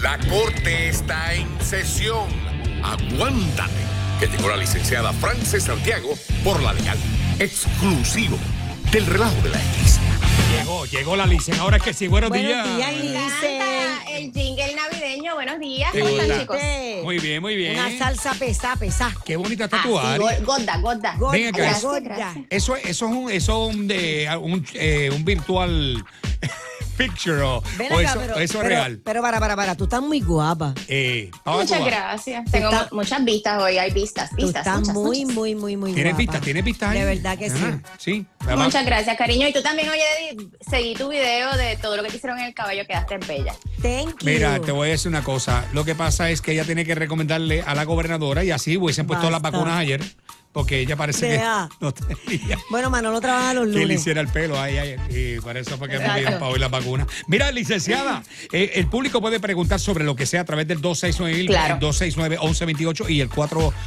La corte está en sesión. Aguántate, que llegó la licenciada Frances Santiago por la legal. Exclusivo del relajo de la X. Llegó, llegó la licen. Ahora es que sí, buenos, Buenos días. días, Me Licen. Canta el jingle navideño. Buenos días. Te ¿Cómo gusta. están, chicos? Muy bien, muy bien. Una salsa pesá, pesá. Qué bonita Ah, sí, tatuaje. go- gorda, gorda. Ven acá. Gorda, Gracias, gorda. gracias. eso, es- eso es un, eso es un, de, un, eh, un virtual picture o, Ven o acá, eso, pero, eso es pero- real. Pero para, para, para. Tú estás muy guapa. Eh, vamos a Muchas tu- gracias. Tengo Está- mu- muchas vistas hoy. Hay vistas, Tú vistas. estás muchas, muy, muchas. muy, muy, muy Tienes guapa. pistas, tienes pistas ahí. De verdad que sí. Ajá, sí. Además, Muchas gracias, cariño. Y tú también, oye, Eddie, seguí tu video de todo lo que te hicieron en el caballo. Quedaste bella. Thank you. Mira, te voy a decir una cosa. Lo que pasa es que ella tiene que recomendarle a la gobernadora y así hubiesen puesto las Basta. vacunas ayer, porque ella parece Vea. que no tenía. Bueno, Manolo trabaja los que le lunes. hiciera el pelo ahí ayer. Y para eso fue que me Exacto. dieron para hoy las vacunas. Mira, licenciada, eh, el público puede preguntar sobre lo que sea a través del 269 Claro. 269 1128 y el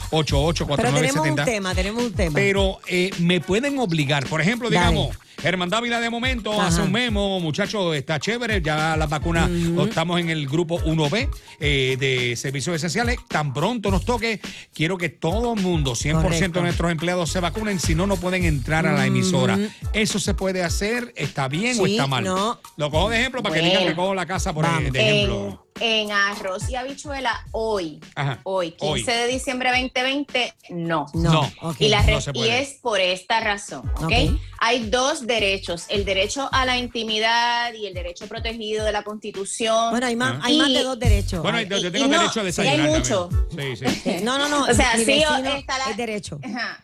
488 Pero tenemos un 4970. tema, tenemos un tema. Pero eh, me pueden obligar, por ejemplo, Dale. digamos, Germán Dávila de momento Ajá. hace un memo, muchachos, está chévere, ya las vacunas, o estamos en el grupo 1B eh, de servicios esenciales, tan pronto nos toque, quiero que todo el mundo, 100% Correcto. de nuestros empleados se vacunen, si no, no pueden entrar a la emisora. Eso se puede hacer, está bien o Sí, está mal. no. Lo cojo de ejemplo para que Bueno. digan que cojo la casa por Vamos. de En, ejemplo. en arroz y habichuela hoy. Ajá. Hoy, 15 Hoy. de diciembre 2020, no. No. No. ok. Y, la no re- se y puede. es por esta razón, ¿ok? Ok. Hay dos derechos, el derecho a la intimidad y el derecho protegido de la Constitución. Bueno, hay más, Ajá. hay más Y- de dos derechos. Ah. Bueno, Hay- yo, yo Eh, y- tengo y no, derecho a y hay desayunar. también. mucho. Sí, sí. no, no, no. o sea, mi sí, vecino está la- es derecho. Ajá.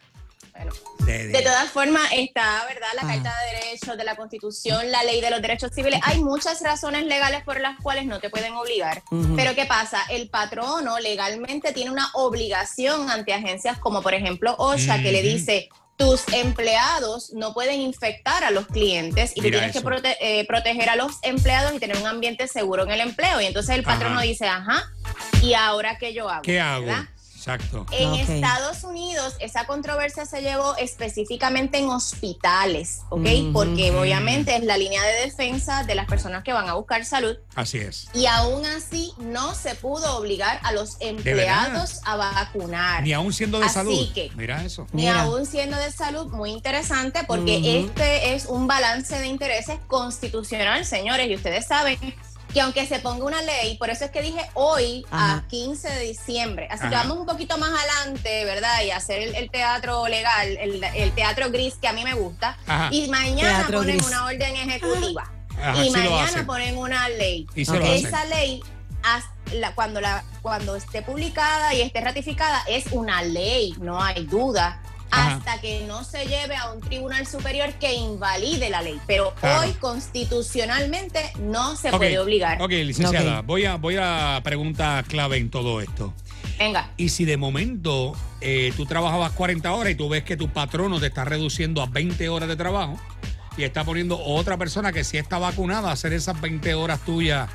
Bueno, De- de- de todas formas, está, ¿verdad? La Ajá. Ah. Carta de Derechos de la Constitución, la Ley de los Derechos Civiles. Hay muchas razones legales por las cuales no te pueden obligar. Ujú. Pero ¿qué pasa? El patrono legalmente tiene una obligación ante agencias como, por ejemplo, OSHA, que le Ujú. dice, tus empleados no pueden infectar a los clientes y tú Mira tienes eso. que prote- eh, proteger a los empleados y tener un ambiente seguro en el empleo. Y entonces el Ajá. patrono dice, ajá, ¿y ahora qué yo hago? ¿Qué hago? ¿Verdad? Exacto. En Ah, Ok. Estados Unidos esa controversia se llevó específicamente en hospitales, ¿ok? Ujú. Porque obviamente es la línea de defensa de las personas que van a buscar salud Así es. y aún así no se pudo obligar a los verdad? empleados a vacunar. Ni aún siendo de Así salud. que- Mira eso. Ni Mira. aún siendo de salud, muy interesante porque Ujú. este es un balance de intereses constitucional, señores, y ustedes saben que aunque se ponga una ley, por eso es que dije hoy Ajá. a 15 de diciembre, así que Ajá. vamos un poquito más adelante, ¿verdad? Y hacer el, el teatro legal, el, el teatro gris que a mí me gusta, Ajá. y mañana Teatro ponen gris. una orden ejecutiva, Ah. Ajá, y sí lo mañana hacen. ponen una ley. Y se Ok. lo hacen. Esa ley, haz- la- cuando, la, cuando esté publicada y esté ratificada, es una ley, no hay duda, Ajá. hasta que no se lleve a un tribunal superior que invalide la ley. Pero Claro. hoy constitucionalmente no se Ok, puede obligar. Ok, licenciada, voy a voy a pregunta clave en todo esto. Venga, Y si de momento eh, tú trabajabas 40 horas y tú ves que tu patrono te está reduciendo a 20 horas de trabajo y está poniendo otra persona que sí está vacunada a hacer esas 20 horas tuyas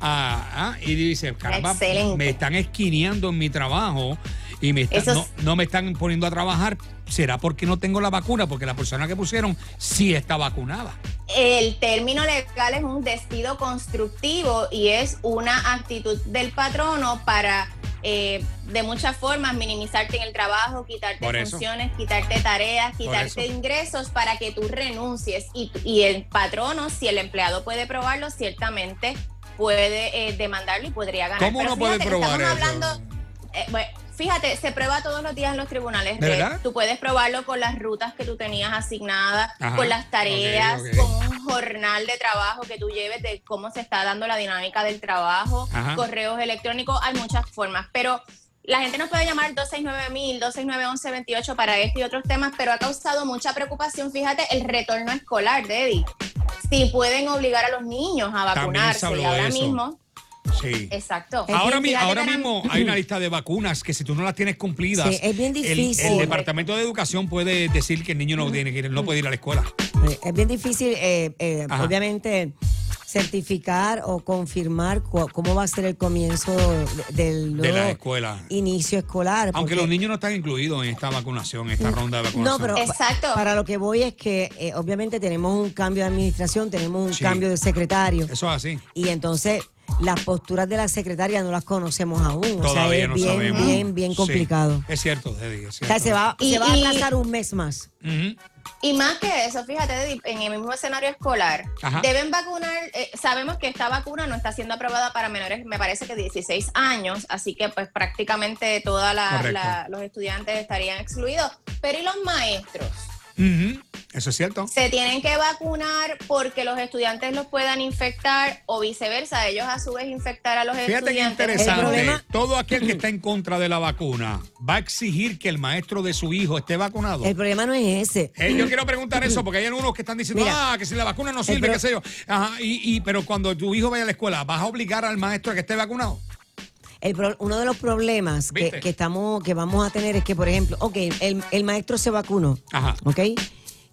ah, ah, y dice, caramba, Excelente. me están esquineando en mi trabajo y me están- Eso no, es- no me están poniendo a trabajar, será porque no tengo la vacuna, porque la persona que pusieron sí está vacunada. el término legal es un despido constructivo y es una actitud del patrono para... eh, de muchas formas, minimizarte en el trabajo, quitarte Por eso. funciones, quitarte tareas, eso. quitarte ingresos para que tú renuncies. Y, y el patrono, si el empleado puede probarlo, ciertamente puede eh, demandarlo y podría ganar. ¿Cómo Pero uno puede fíjate que probar eso? estamos hablando- eh, bueno, fíjate, se prueba todos los días en los tribunales. ¿De Red. verdad? Tú puedes probarlo con las rutas que tú tenías asignadas, Ajá, con las tareas, ok, ok. con un jornal de trabajo que tú lleves de cómo se está dando la dinámica del trabajo, Ajá. correos electrónicos, hay muchas formas, pero... La gente nos puede llamar 269.000, 269.11.28 para este y otros temas, pero ha causado mucha preocupación, fíjate, el retorno escolar, Deddy. Si pueden obligar a los niños a También se vacunarse habló y de ahora eso. mismo, Sí. exacto. Ahora, mi- Fíjate ahora que eran- mismo hay una lista de vacunas que si tú no las tienes cumplidas, Sí, es bien el- difícil. El, Departamento de Educación puede decir que el niño no, tiene que ir, no puede ir a la escuela. Eh, Es bien difícil, eh, eh, Ajá. obviamente, certificar o confirmar cu- cómo va a ser el comienzo de- del De la nuevo escuela. inicio escolar. Aunque porque- los niños no están incluidos en esta vacunación, en esta ronda de No, vacunación. pero Exacto. para lo que voy es que eh, obviamente tenemos un cambio de administración, tenemos un Sí. cambio de secretario Eso es así. y entonces las posturas de la secretaria no las conocemos aún. O sea, Todavía es no bien, sabemos. bien, bien Sí, complicado. es cierto, Deddy, es O cierto. sea, se va, Y- se va a y- aplazar un mes más. Ujú. Y más que eso, fíjate, en el mismo escenario escolar, Ajá. deben vacunar, eh, sabemos que esta vacuna no está siendo aprobada para menores, me parece que 16 años, así que pues prácticamente todos Correcto. los estudiantes estarían excluidos, pero ¿y los maestros? Ujú. Eso es cierto. Se tienen que vacunar porque los estudiantes los puedan infectar o viceversa, ellos a su vez infectar a los Fíjate qué estudiantes. El interesante. problema- Todo aquel que está en contra de la vacuna va a exigir que el maestro de su hijo esté vacunado. El problema no es ese. Eh, yo quiero preguntar eso porque hay algunos que están diciendo, Mira. Eh, ah, que si la vacuna no sirve, pro- qué sé yo. Ajá, y, y- pero cuando tu hijo vaya a la escuela, ¿vas a obligar al maestro a que esté vacunado? El pro- uno de los problemas que, ¿Viste? que estamos, que vamos a tener es que, por ejemplo, ok, el, el maestro se vacunó, Ajá. ¿ok?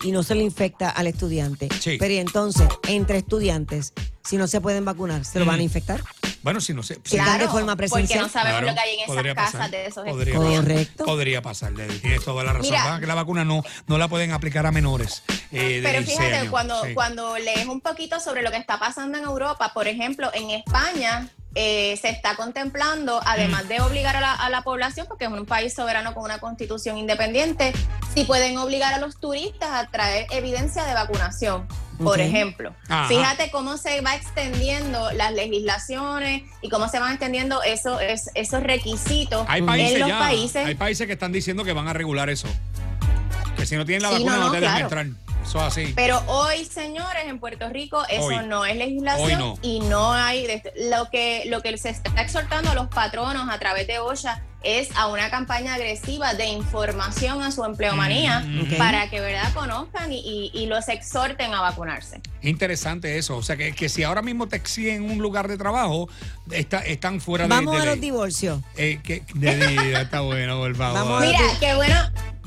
Y no se le infecta al estudiante. Sí. Pero ¿y entonces, entre estudiantes, si no se pueden vacunar, ¿se lo van Mm. a infectar? Bueno, si no sé. si- Claro, de forma porque presencial. no sabemos Claro, lo que hay en esas podría casas pasar, de esos podría estudiantes. pasar, Correcto. podría pasar, Lady. Tienes toda la razón. Mira. ¿verdad? que la vacuna no, no la pueden aplicar a menores. eh, de Ah, Pero 16 fíjate, años. cuando, Sí. cuando lees un poquito sobre lo que está pasando en Europa, por ejemplo, en España eh, se está contemplando, Mm. además de obligar a la, a la población, porque es un país soberano con una constitución independiente, si pueden obligar a los turistas a traer evidencia de vacunación, por Ok. ejemplo. Ajá. Fíjate cómo se va extendiendo las legislaciones y cómo se van extendiendo esos, es- esos requisitos Hay países en los ya, países. hay países que están diciendo que van a regular eso. Que si no tienen la Sí, vacuna no, no, no, te dejan claro. entrar. Eso es así. Pero hoy, señores, en Puerto Rico eso Hoy. no es Hoy legislación no. y no hay de- este, lo que lo que se está exhortando a los patronos a través de OSHA es a una campaña agresiva de información a su empleomanía Mm, ok. para que verdad conozcan y, y- y los exhorten a vacunarse. Interesante eso. O sea, que, que si ahora mismo te exigen un lugar de trabajo, está- están fuera de- Vamos de, a los ley. divorcios. Eh, que- de día, está bueno, por favor. Vamos a- Mira, qué bueno.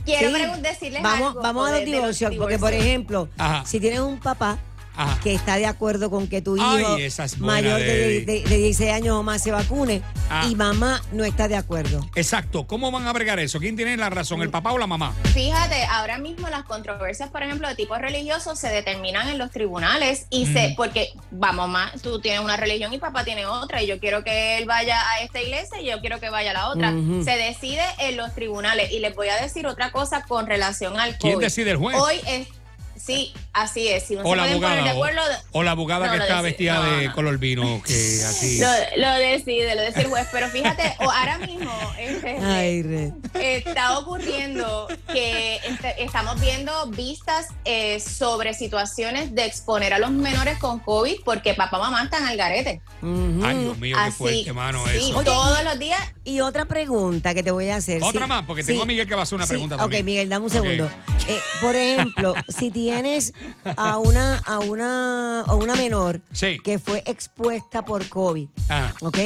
Quiero Sí. pregun- decirles vamos, algo Vamos a de- los de los divorcios, porque, por divorcios. ejemplo, Ajá. si tienes un papá Ajá. que está de acuerdo con que tu hijo Ay, esa es buena, mayor de, Debbie. de- de 16 años o más se vacune Ah. y mamá no está de acuerdo. Exacto. ¿Cómo van a bregar eso? ¿Quién tiene la razón, el papá o la mamá? Fíjate, ahora mismo las controversias, por ejemplo, de tipo religioso se determinan en los tribunales y Mm. se, porque vamos más, tú tienes una religión y papá tiene otra y yo quiero que él vaya a esta iglesia y yo quiero que vaya a la otra. Ujú. Se decide en los tribunales y les voy a decir otra cosa con relación al COVID. ¿Quién decide el juez? Hoy es, sí, así es. Si no O se la pueden abogada. poner de O, acuerdo, o la abogada No, que lo está decide- vestida no, de no. color vino, que así. lo, lo decide, lo decide el juez. Pero fíjate, o ahora mismo. este, Ay, re. está ocurriendo que este- estamos viendo vistas eh, sobre situaciones de exponer a los menores con COVID porque papá mamá están al garete. Ujú. Ay, Dios mío, qué Así, fuerte, mano, sí, eso. todos los días. Y otra pregunta que te voy a hacer. Otra sí, más, porque sí, tengo a Miguel que va a hacer una sí, pregunta Ok, también. Miguel, dame un Ok. segundo. Eh, por ejemplo, si tienes a una, a una, a una menor Sí. que fue expuesta por COVID, Ajá. ¿ok?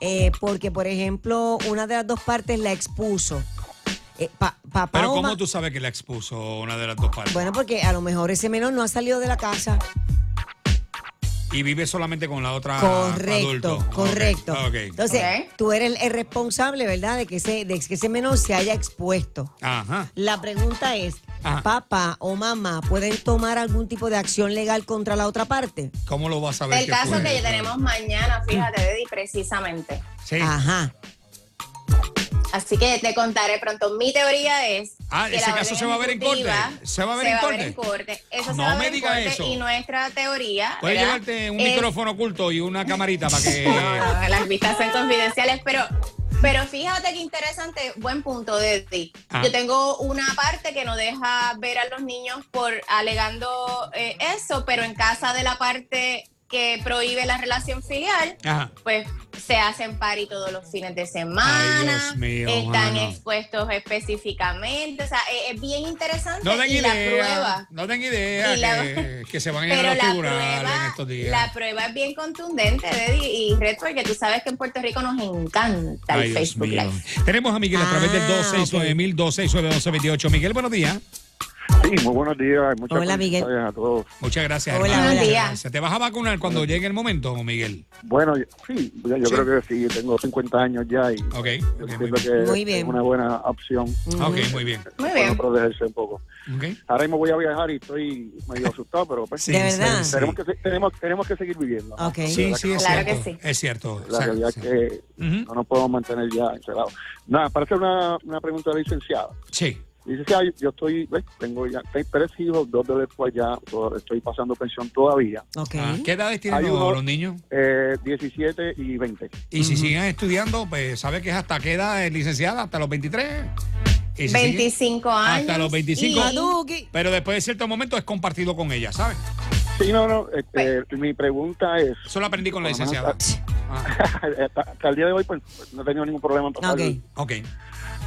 Eh, porque, por ejemplo, una de las dos partes la expuso. Eh, pa- papá Pero o ¿cómo ma- tú sabes que la expuso una de las dos partes? Bueno, porque a lo mejor ese menor no ha salido de la casa. Y vive solamente con la otra correcto, Ah, adulto. Ok, correcto. ok. Entonces, Ok. tú eres el responsable, ¿verdad? De que, ese, de que ese menor se haya expuesto. Ajá. La pregunta es, Ajá. ¿papá o mamá pueden tomar algún tipo de acción legal contra la otra parte? ¿Cómo lo vas a ver? El caso fue? que tenemos Ah. mañana, fíjate, Dedi, precisamente. Sí. Ajá. Así que te contaré pronto. Mi teoría es. Ah, que ese la caso orden se va a ver en corte. ejecutiva ¿Se va a ver en corte? corte. Eso se No va a me ver en diga corte eso. Y nuestra teoría. Puedes ¿verdad? llevarte un es- micrófono oculto y una camarita para que. No, no, las vistas son confidenciales, pero, pero fíjate qué interesante, buen punto de ti. Ah. Yo tengo una parte que no deja ver a los niños por alegando eh, eso, pero en casa de la parte que prohíbe la relación filial, Ajá. pues se hacen party todos los fines de semana, Ay, Dios mío, están mano. expuestos específicamente, o sea, e, es, es bien interesante No den y la prueba. idea. No den idea Y la- que, que se van a llenar Pero los la tribunales en prueba, estos días. la prueba es bien contundente, Deddy y Red, porque tú sabes que en Puerto Rico nos encanta Ay, el Dios Facebook mío. Live. Ah, Tenemos a Miguel a través del Ah, 269 ok. 1228 Miguel, buenos días. Sí, muy buenos días. Muchas Hola, Miguel. felicidades a todos. Muchas gracias, Hola, hermano. Buenos hola. días. ¿Se te vas a vacunar cuando llegue el momento, Miguel? Bueno, yo- sí, yo yo Sí. creo que sí, tengo 50 años ya y Ok, yo ok, muy entiendo bien. que Muy bien. es una buena opción Ok, muy bien. Muy para bien. protegerse un poco. Ok. Ahora mismo voy a viajar y estoy medio asustado, pero pues, Sí, ¿De verdad? sí, tenemos, que, se- tenemos, tenemos que seguir viviendo. ¿no? Ok. La Sí, verdad sí, que es no- Claro cierto. que sí. Es cierto. La exacto, realidad es sí. que Ujú, no nos podemos mantener ya encerrados. Nada, parece una, una pregunta de licenciado. Sí. Dice que ay, yo estoy, ¿ves? tengo ya seis, tres hijos, dos de estos allá, todo- estoy pasando pensión todavía, Ok. Ah, ¿Qué edades tienen Hay los, uno- los niños? eh, 17 y 20. Y si siguen estudiando, pues sabe que es hasta qué edad es licenciada, hasta los 23. Y si siguen- 25 años. Hasta los 25. y- Maduki. pero después de cierto momento es compartido con ella, ¿sabes? Sí, no, no, este, Pues. mi pregunta es, Eso lo aprendí con la Por lo licenciada. Ah, hasta, hasta el día de hoy pues no he tenido ningún problema en pasar Ok. ok.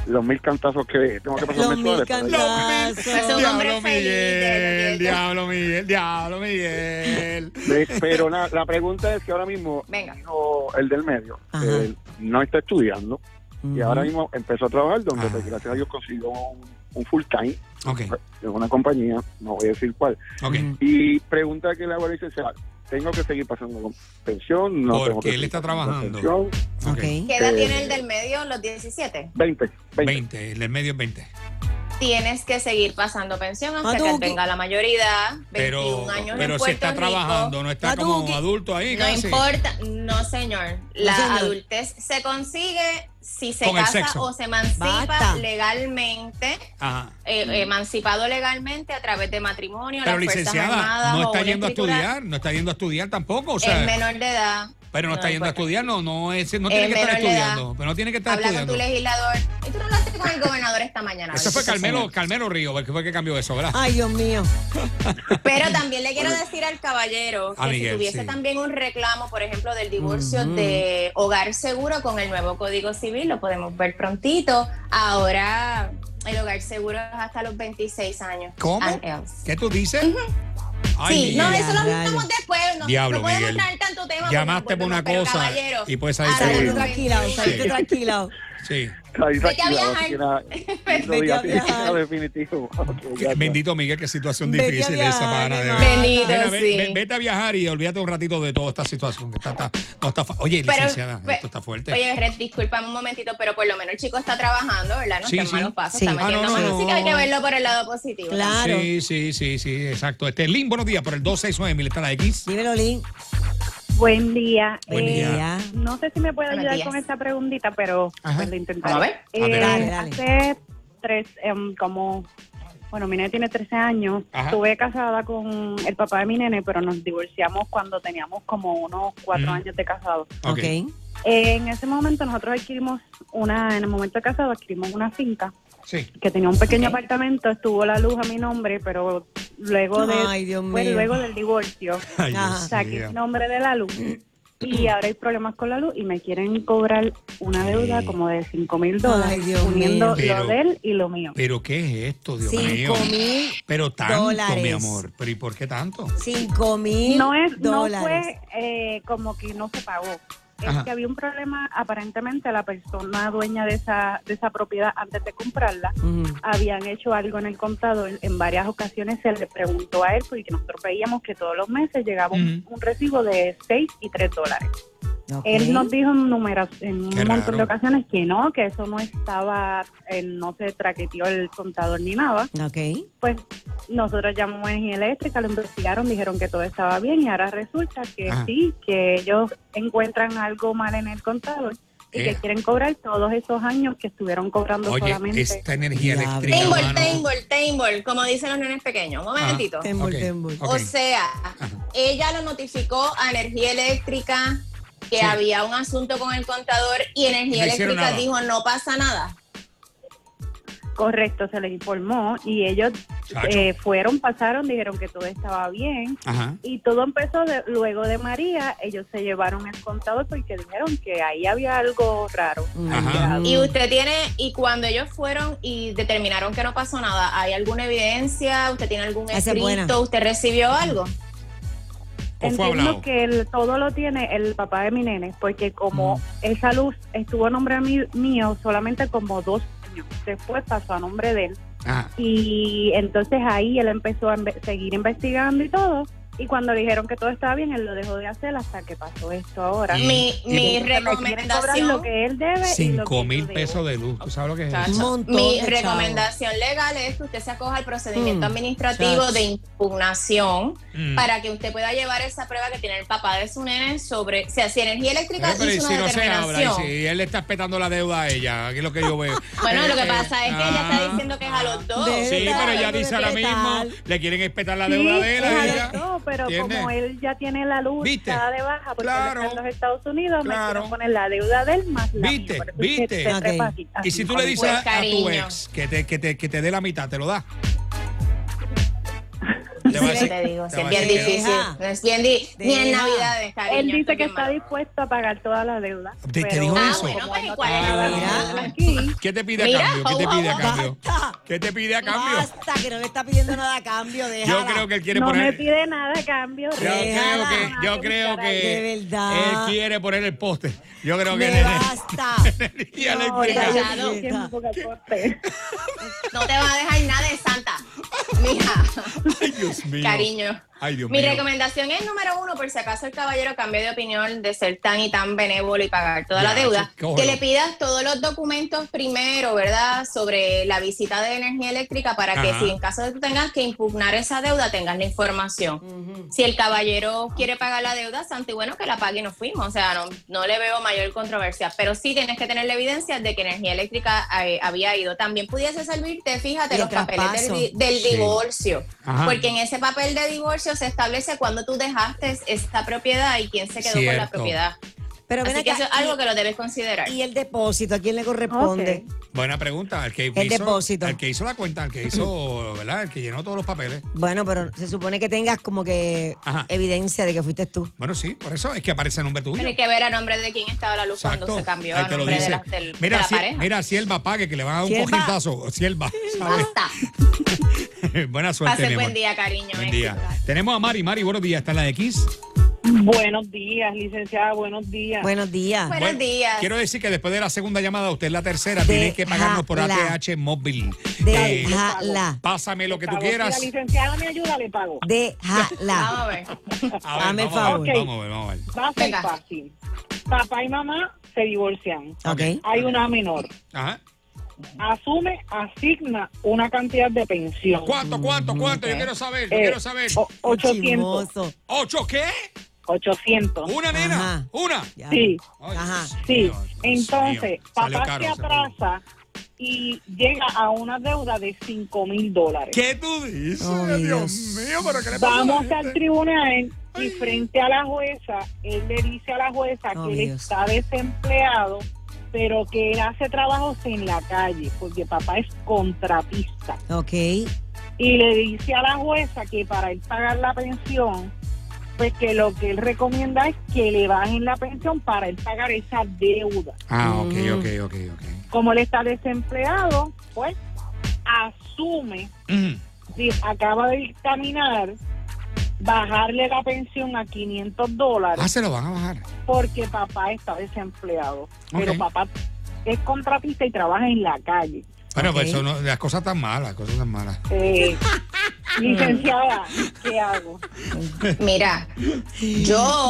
los mil cantazos que tengo que pasar Los mil mensuales. cantazos. Es un hombre Diablo feliz, Miguel, Miguel. diablo Miguel, diablo Miguel. Eh, Pero la, la pregunta es que ahora mismo Venga. mi hijo, el del medio Ajá. eh, no está estudiando y Ujú. ahora mismo empezó a trabajar donde Ah. pues, gracias a Dios consiguió un, un full time Ok, en una compañía, no voy a decir cuál. ok. Y pregunta que le hago al licenciado, ¿tengo que seguir pasando con pensión? No Porque tengo que él seguir está pasando con trabajando. pensión? Mm, ok. Ok. ¿Qué edad tiene el del medio? Los 17. 20, 20. 20, el del medio es 20. Tienes que seguir pasando pensión hasta que él Maduki. tenga la mayoría. 21 Pero, años en pero si Puerto está Rico. trabajando, no está como un Matuki. adulto ahí, No casi. importa, no señor. La señor. adultez se consigue si se Con el casa sexo. o se emancipa Basta. legalmente, Ajá. eh, emancipado legalmente a través de matrimonio, Pero las fuerzas licenciada, armadas no o está una yendo a escritura. estudiar, no está yendo a estudiar tampoco, o es sea, menor de edad. pero no, está yendo a importa. estudiar, no, no es, no Es tiene que estar menor de edad. estudiando, pero no tiene que estar Habla con estudiando. tu legislador. Y tú no hablaste con el gobernador esta mañana. Eso fue bendito Carmelo, señor. Carmelo Río, porque fue que cambió eso, ¿verdad? Ay, Dios mío. Pero también le quiero decir al caballero que A Miguel, si tuviese sí. también un reclamo, por ejemplo, del divorcio Ujú. de hogar seguro con el nuevo Código Civil, lo podemos ver prontito. Ahora el hogar seguro es hasta los 26 años. Ah, eh, ¿Cómo? And else. ¿Qué tú dices? sí, no, Miguel. eso lo Mira, hablamos rayos. después. No, Diablo, no podemos Miguel. traer tanto tema. porque Llamaste por nos una volvemos, cosa pero, caballero, Ah, y pues ahí ahora se- Saliste los tranquila, saliste Sí. tranquila. Sí. Ahí Pues Vete a viajar. Vete a viajar. definitivo. Ok, gracias. Bendito Miguel, qué situación Vete a difícil viajar, esa para mi de madre. Bendito, Mira, ve- sí. ve- vete a viajar y olvídate un ratito de toda esta situación. que está- está- no está fa- Oye, Pero- licenciada, pe- esto está fuerte. Oye, Red, discúlpame un momentito, pero por lo menos el chico está trabajando, ¿verdad? No Sí, está en sí. malos pasos, Sí. está Ah, metiendo no, no, mano, así que hay que no. verlo por el lado positivo. Claro. Sí, sí, sí, sí, exacto. Este Lin, buenos días, por el 269000 está la X. Dímelo, Lin. Buen día. Buen Eh, día. No sé si me puede Buenos ayudar días. con esta preguntita, pero Ajá. pues, lo intentaré. Vamos a ver. Eh, Adelante. Dale, Hace tres, em, como, bueno, mi nene tiene 13 años. Ajá. Estuve casada con el papá de mi nene, pero nos divorciamos cuando teníamos como unos cuatro Mm. años de casado. Ok. Ok. Eh, en ese momento nosotros adquirimos una, en el momento de casado adquirimos una finca Sí. que tenía un pequeño apartamento, estuvo la luz a mi nombre, pero luego de, Ay, Dios mío. pues, luego del divorcio Ay, Ajá. Dios saqué mío. el nombre de la luz y ahora hay problemas con la luz y me quieren cobrar una deuda como de 5 mil Ay, dólares Dios mío. uniendo Pero- lo de él y lo mío. Pero ¿qué es esto, Dios mío? Cinco mil. Pero tanto, dólares. Pues, mi amor. Pero ¿y por qué tanto? Cinco mil No es, no dólares. fue eh, como que no se pagó. Es Ajá. que había un problema, aparentemente la persona dueña de esa, de esa propiedad antes de comprarla Ujú. habían hecho algo en el contador. En varias ocasiones se le preguntó a él porque nosotros veíamos que todos los meses llegaba un, un recibo de 6 y 3 dólares. Ok. Él nos dijo en, numeras, en un Qué raro. montón de ocasiones que no, que eso no estaba, él no se traqueteó el contador ni nada. Ok. Pues nosotros llamamos a Energía Eléctrica, lo investigaron, dijeron que todo estaba bien y ahora resulta que Ajá. sí, que ellos encuentran algo mal en el contador y Eh. que quieren cobrar todos esos años que estuvieron cobrando Oye, solamente. esta energía Diablo. eléctrica. Table, mano. table, table, como dicen los nenes pequeños. Un momentito. Tembol, Ah, Ok, tembol. ok. O sea, ella lo notificó a Energía Eléctrica que Sí. había un asunto con el contador y Energía No hicieron Eléctrica nada. dijo no pasa nada. Correcto, se les informó y ellos Chacho. eh, fueron, pasaron, dijeron que todo estaba bien, Ajá. Y todo empezó de- luego de María, ellos se llevaron el contador porque dijeron que ahí había algo raro. Ajá. Mm. Y usted tiene, y cuando ellos fueron y determinaron que no pasó nada, ¿hay alguna evidencia? ¿Usted tiene algún Esa es buena. escrito? ¿Usted recibió algo? ¿O fue hablado? Entiendo que el- todo lo tiene el papá de mi nene, porque como esa luz estuvo a nombre mi- mío solamente como dos años, después pasó a nombre de él. Ajá. Y entonces ahí él empezó a inve- seguir investigando y todo. Y cuando le dijeron que todo estaba bien, él lo dejó de hacer hasta que pasó esto ahora. Y- Mi, y- mi Entonces me quiere cobrar recomendación. lo que él debe. Pues, y lo que 5 yo mil debo. pesos de luz. ¿Tú sabes lo que es Chacho, eso? Un montón de Mi chavos. recomendación legal es que usted se acoja al procedimiento Mm, administrativo chacho. de impugnación Mm. para que usted pueda llevar esa prueba que tiene el papá de su nene sobre, o sea, si energía eléctrica Eh, pero y hizo si una no se habla, y determinación. si él le está petando la deuda a ella, aquí es lo que yo veo. Bueno, Eh, lo que eh, pasa es que ella ah. está diciendo que es a los dos. De- Sí, pero ella Dale, dice ahora mismo, respetar. le quieren espetar la Sí, deuda de él a él ella. aceptó, pero como ¿Entiendes? él ya tiene la luz ¿Viste? dada de baja porque él Claro. está en los Estados Unidos, Claro. me quiero poner la deuda de él más la ¿Viste? mía. Por eso es que ¿Viste? se Ok. trepa aquí, Y así, si tú con le el dices Pues, a- a, tu cariño. ex que te, que, te, que te dé la mitad, ¿te lo da? Sí, Le va a yo decir- te digo, te si va es a bien decir que- difícil. Deja. No es bien di- ni en Deja. Navidades, cariño. Él esto dice es que bien está malo. dispuesto a pagar toda la deuda. ¿Te- te pero- dijo Ah, eso? bueno, pues, ¿y ¿cuál es la Ah, verdad? Aquí. ¿Qué te pide a Mira, cambio? ¿Qué te guau, pide a guau, cambio? Basta. ¿Qué te pide a cambio? Basta, que no le está pidiendo nada a cambio. Yo déjala. creo que él quiere no me poner. Yo pide nada a cambio. creo Déjala. que, yo creo que De verdad. él quiere poner el poste. Yo creo que Me basta. Y a la No, eléctrica. ya, ya. ya, yo siempre un poco corte. No te va a dejar nada de Santa. Mija. Ay, Dios mío. Cariño. Ay, Dios Mi mío. recomendación es número uno, por si acaso el caballero cambie de opinión de ser tan y tan benévolo y pagar toda Ya, la deuda, sí, cógelo. que le pidas todos los documentos primero, ¿verdad? Sobre la visita de energía eléctrica para Ajá. que si en caso de que tú tengas que impugnar esa deuda, tengas la información. Si el caballero quiere pagar la deuda, Santi, bueno, que la pague y nos fuimos. O sea, no, no le veo mayor controversia, pero sí tienes que tener la evidencia de que energía eléctrica eh, había ido. También pudiese servirte, Y fíjate, el los papeles del, traspaso. di- del Sí. divorcio. Ajá. Porque en ese papel de divorcio se establece cuando tú dejaste esta propiedad y quién se quedó con Cierto. la propiedad. Pero ven Así que acá. eso es algo y- que lo debes considerar. Y el depósito, ¿a quién le corresponde? Buena pregunta. El que hizo, depósito. El que hizo la cuenta, el que hizo, ¿verdad? El que llenó todos los papeles. Bueno, pero se supone que tengas como que Ajá. evidencia de que fuiste tú. Bueno, sí, por eso es que aparece el nombre tuyo. Pero hay que ver a nombre de quién estaba la luz cuando se cambió ahí a te lo nombre de dice. la, del- de mira, eh, la si, pareja. mira, Sierva, pague, que le van a dar un Sierva. cogizazo. Sierva, ¿sabes? Basta. Buena suerte, Pase mi amor. buen día, cariño. eh. Buen éxito. día. Tenemos a Mari. Mari, buenos días. ¿Está en la X? Buenos días, licenciada, buenos días. Buenos días. Buenos días. Quiero decir que después de la segunda llamada, usted es la tercera. Tiene que pagarnos por Déjala. ATH móvil. Eh, Déjala. pásame lo que tú Pago, quieras. Si la licenciada me ayuda, le pago. Vamos a Déjala. ver. A ver, Dame el vamos a ver, Vamos favor. a ver, vamos a ver. Va a ser Venga. fácil. Papá y mamá se divorcian. Ok. Hay una menor. Ajá. Asume, asigna una cantidad de pensión. ¿Cuánto, cuánto, Mm, cuánto? Yo quiero saber, yo Eh, quiero saber. o- 800. Chismoso. ¿Ocho qué? 800. ¿Una nena? Ajá. ¿Una? Ya. Sí, Ay, Ajá. Dios sí. mío, Dios Entonces, mío. Salió papá caro, se seguro. atrasa y llega a una deuda de 5 mil dólares. ¿Qué tú dices? Ay, Dios Dios. mío, pero ¿qué le pasa? a la Vamos gente? al tribunal y frente a la jueza, él le dice a la jueza Oh, que él Dios. está desempleado, pero que él hace trabajos en la calle, porque papá es contratista. Ok. Y le dice a la jueza que para él pagar la pensión, pues que lo que él recomienda es que le bajen la pensión para él pagar esa deuda. Ah, ok, Mm. ok, ok, ok. Como él está desempleado, pues asume Mm. Sí, acaba de dictaminar bajarle la pensión a 500 Ah, dólares se lo van a bajar. porque papá está desempleado. Pero Ok. papá es contratista y trabaja en la calle. Bueno, pues Ok. eso no- las cosas están malas, las cosas están malas. Eh, licenciada, ¿qué Ah, hago? Mira, yo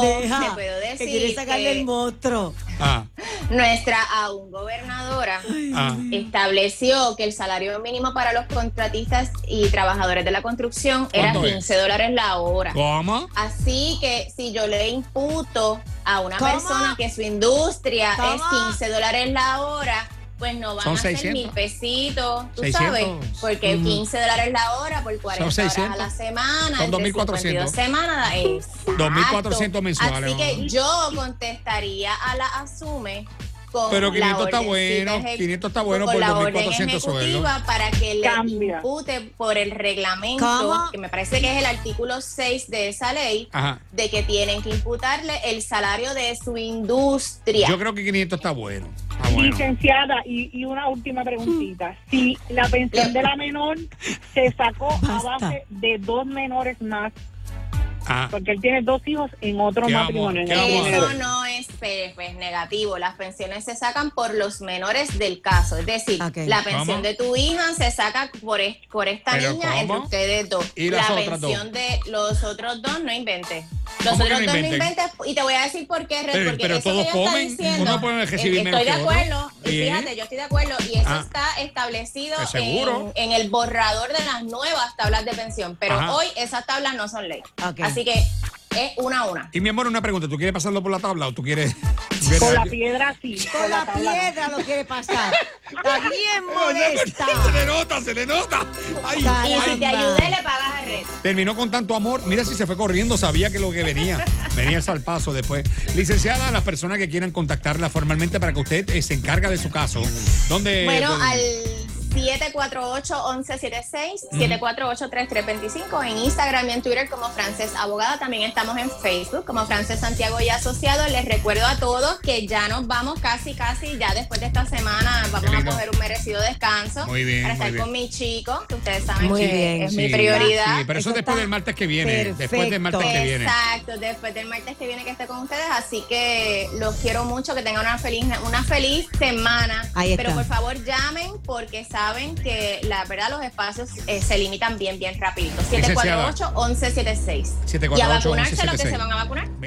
Deja. Oh, te puedo Que quiere decir sacarle el que monstruo. Ah, nuestra aún gobernadora ah. estableció que el salario mínimo para los contratistas y trabajadores de la construcción era ¿Cuánto es? 15 dólares la hora. ¿Cómo? Así que si yo le imputo a una ¿Cómo? persona que su industria ¿Cómo? es 15 dólares la hora, pues no van Son a ser 600. mil pesitos, tú 600. sabes, porque Mm. 15 dólares la hora por 40 horas 600. a la semana, Son entre 2400. 52 semanas, exacto. 2400 mensuales, Así que ¿no? yo contestaría a la asume con Pero la 500 está orden bueno, eje- 500 está bueno con por la 2400 orden ejecutiva para que le Cambia. impute por el reglamento, ¿Cómo? que me parece que es el artículo 6 de esa ley, Ajá. de que tienen que imputarle el salario de su industria. Yo creo que 500 está bueno. Está bueno. Licenciada, y, y una última preguntita. Si la pensión de la menor se sacó a Basta. base de dos menores más, Ajá. porque él tiene dos hijos en otro Qué matrimonio. vamos, en qué el vamos a primero. hacer? Eso Eh, no es pues, pues, negativo. Las pensiones se sacan por los menores del caso. Es decir, Ok. la pensión ¿Cómo? de tu hija se saca por, es- por esta ¿Pero niña cómo? entre ustedes dos. ¿Y la las otras pensión de los otros dos no inventes. Los ¿Cómo otros que dos no no inventen? inventes. Y te voy a decir por qué, Red, Pero- porque pero eso todos que ella comen, está diciendo. uno puede recibir eh, menos estoy de que otro. acuerdo. Y Bien. fíjate, yo estoy de acuerdo. Y eso Ah. está establecido Pues seguro. en, en el borrador de las nuevas tablas de pensión. Pero Ajá. hoy esas tablas no son ley. Ok. Así que es una a una. Y mi amor, una pregunta, ¿tú quieres pasarlo por la tabla o tú quieres... tú quieres- Con la piedra sí. Con la tabla no. piedra lo quiere pasar. Está bien molesta. se le nota, se le nota. Ay, Dale. Y si te Caramba. ayudé, le pagas a Red. terminó con tanto amor. Mira si se fue corriendo, sabía que lo que venía. Venía el salpazo después. Licenciada, las personas que quieran contactarla formalmente para que usted eh, se encarga de su caso. ¿Dónde? Bueno, pueden- al 748-1176, 748-3325 en Instagram y en Twitter como Frances Abogada. También estamos en Facebook como Frances Santiago y Asociado. Les recuerdo a todos que ya nos vamos casi, casi, ya después de esta semana vamos a lindo. coger un merecido descanso Muy bien, para estar muy bien. con mi chico, que ustedes saben Muy que bien. es Sí, Ah, mi prioridad. Sí, pero eso Eso después está del martes que viene. Después del martes que viene. Exacto, después del martes que viene que esté con ustedes, así que los quiero mucho, que tengan una feliz una feliz semana. Ahí está. Pero por favor llamen porque saben que la verdad los espacios eh, se limitan bien bien rápido. Licenciada. 748 1176. Y a 748-1176. vacunarse los que se van a vacunar.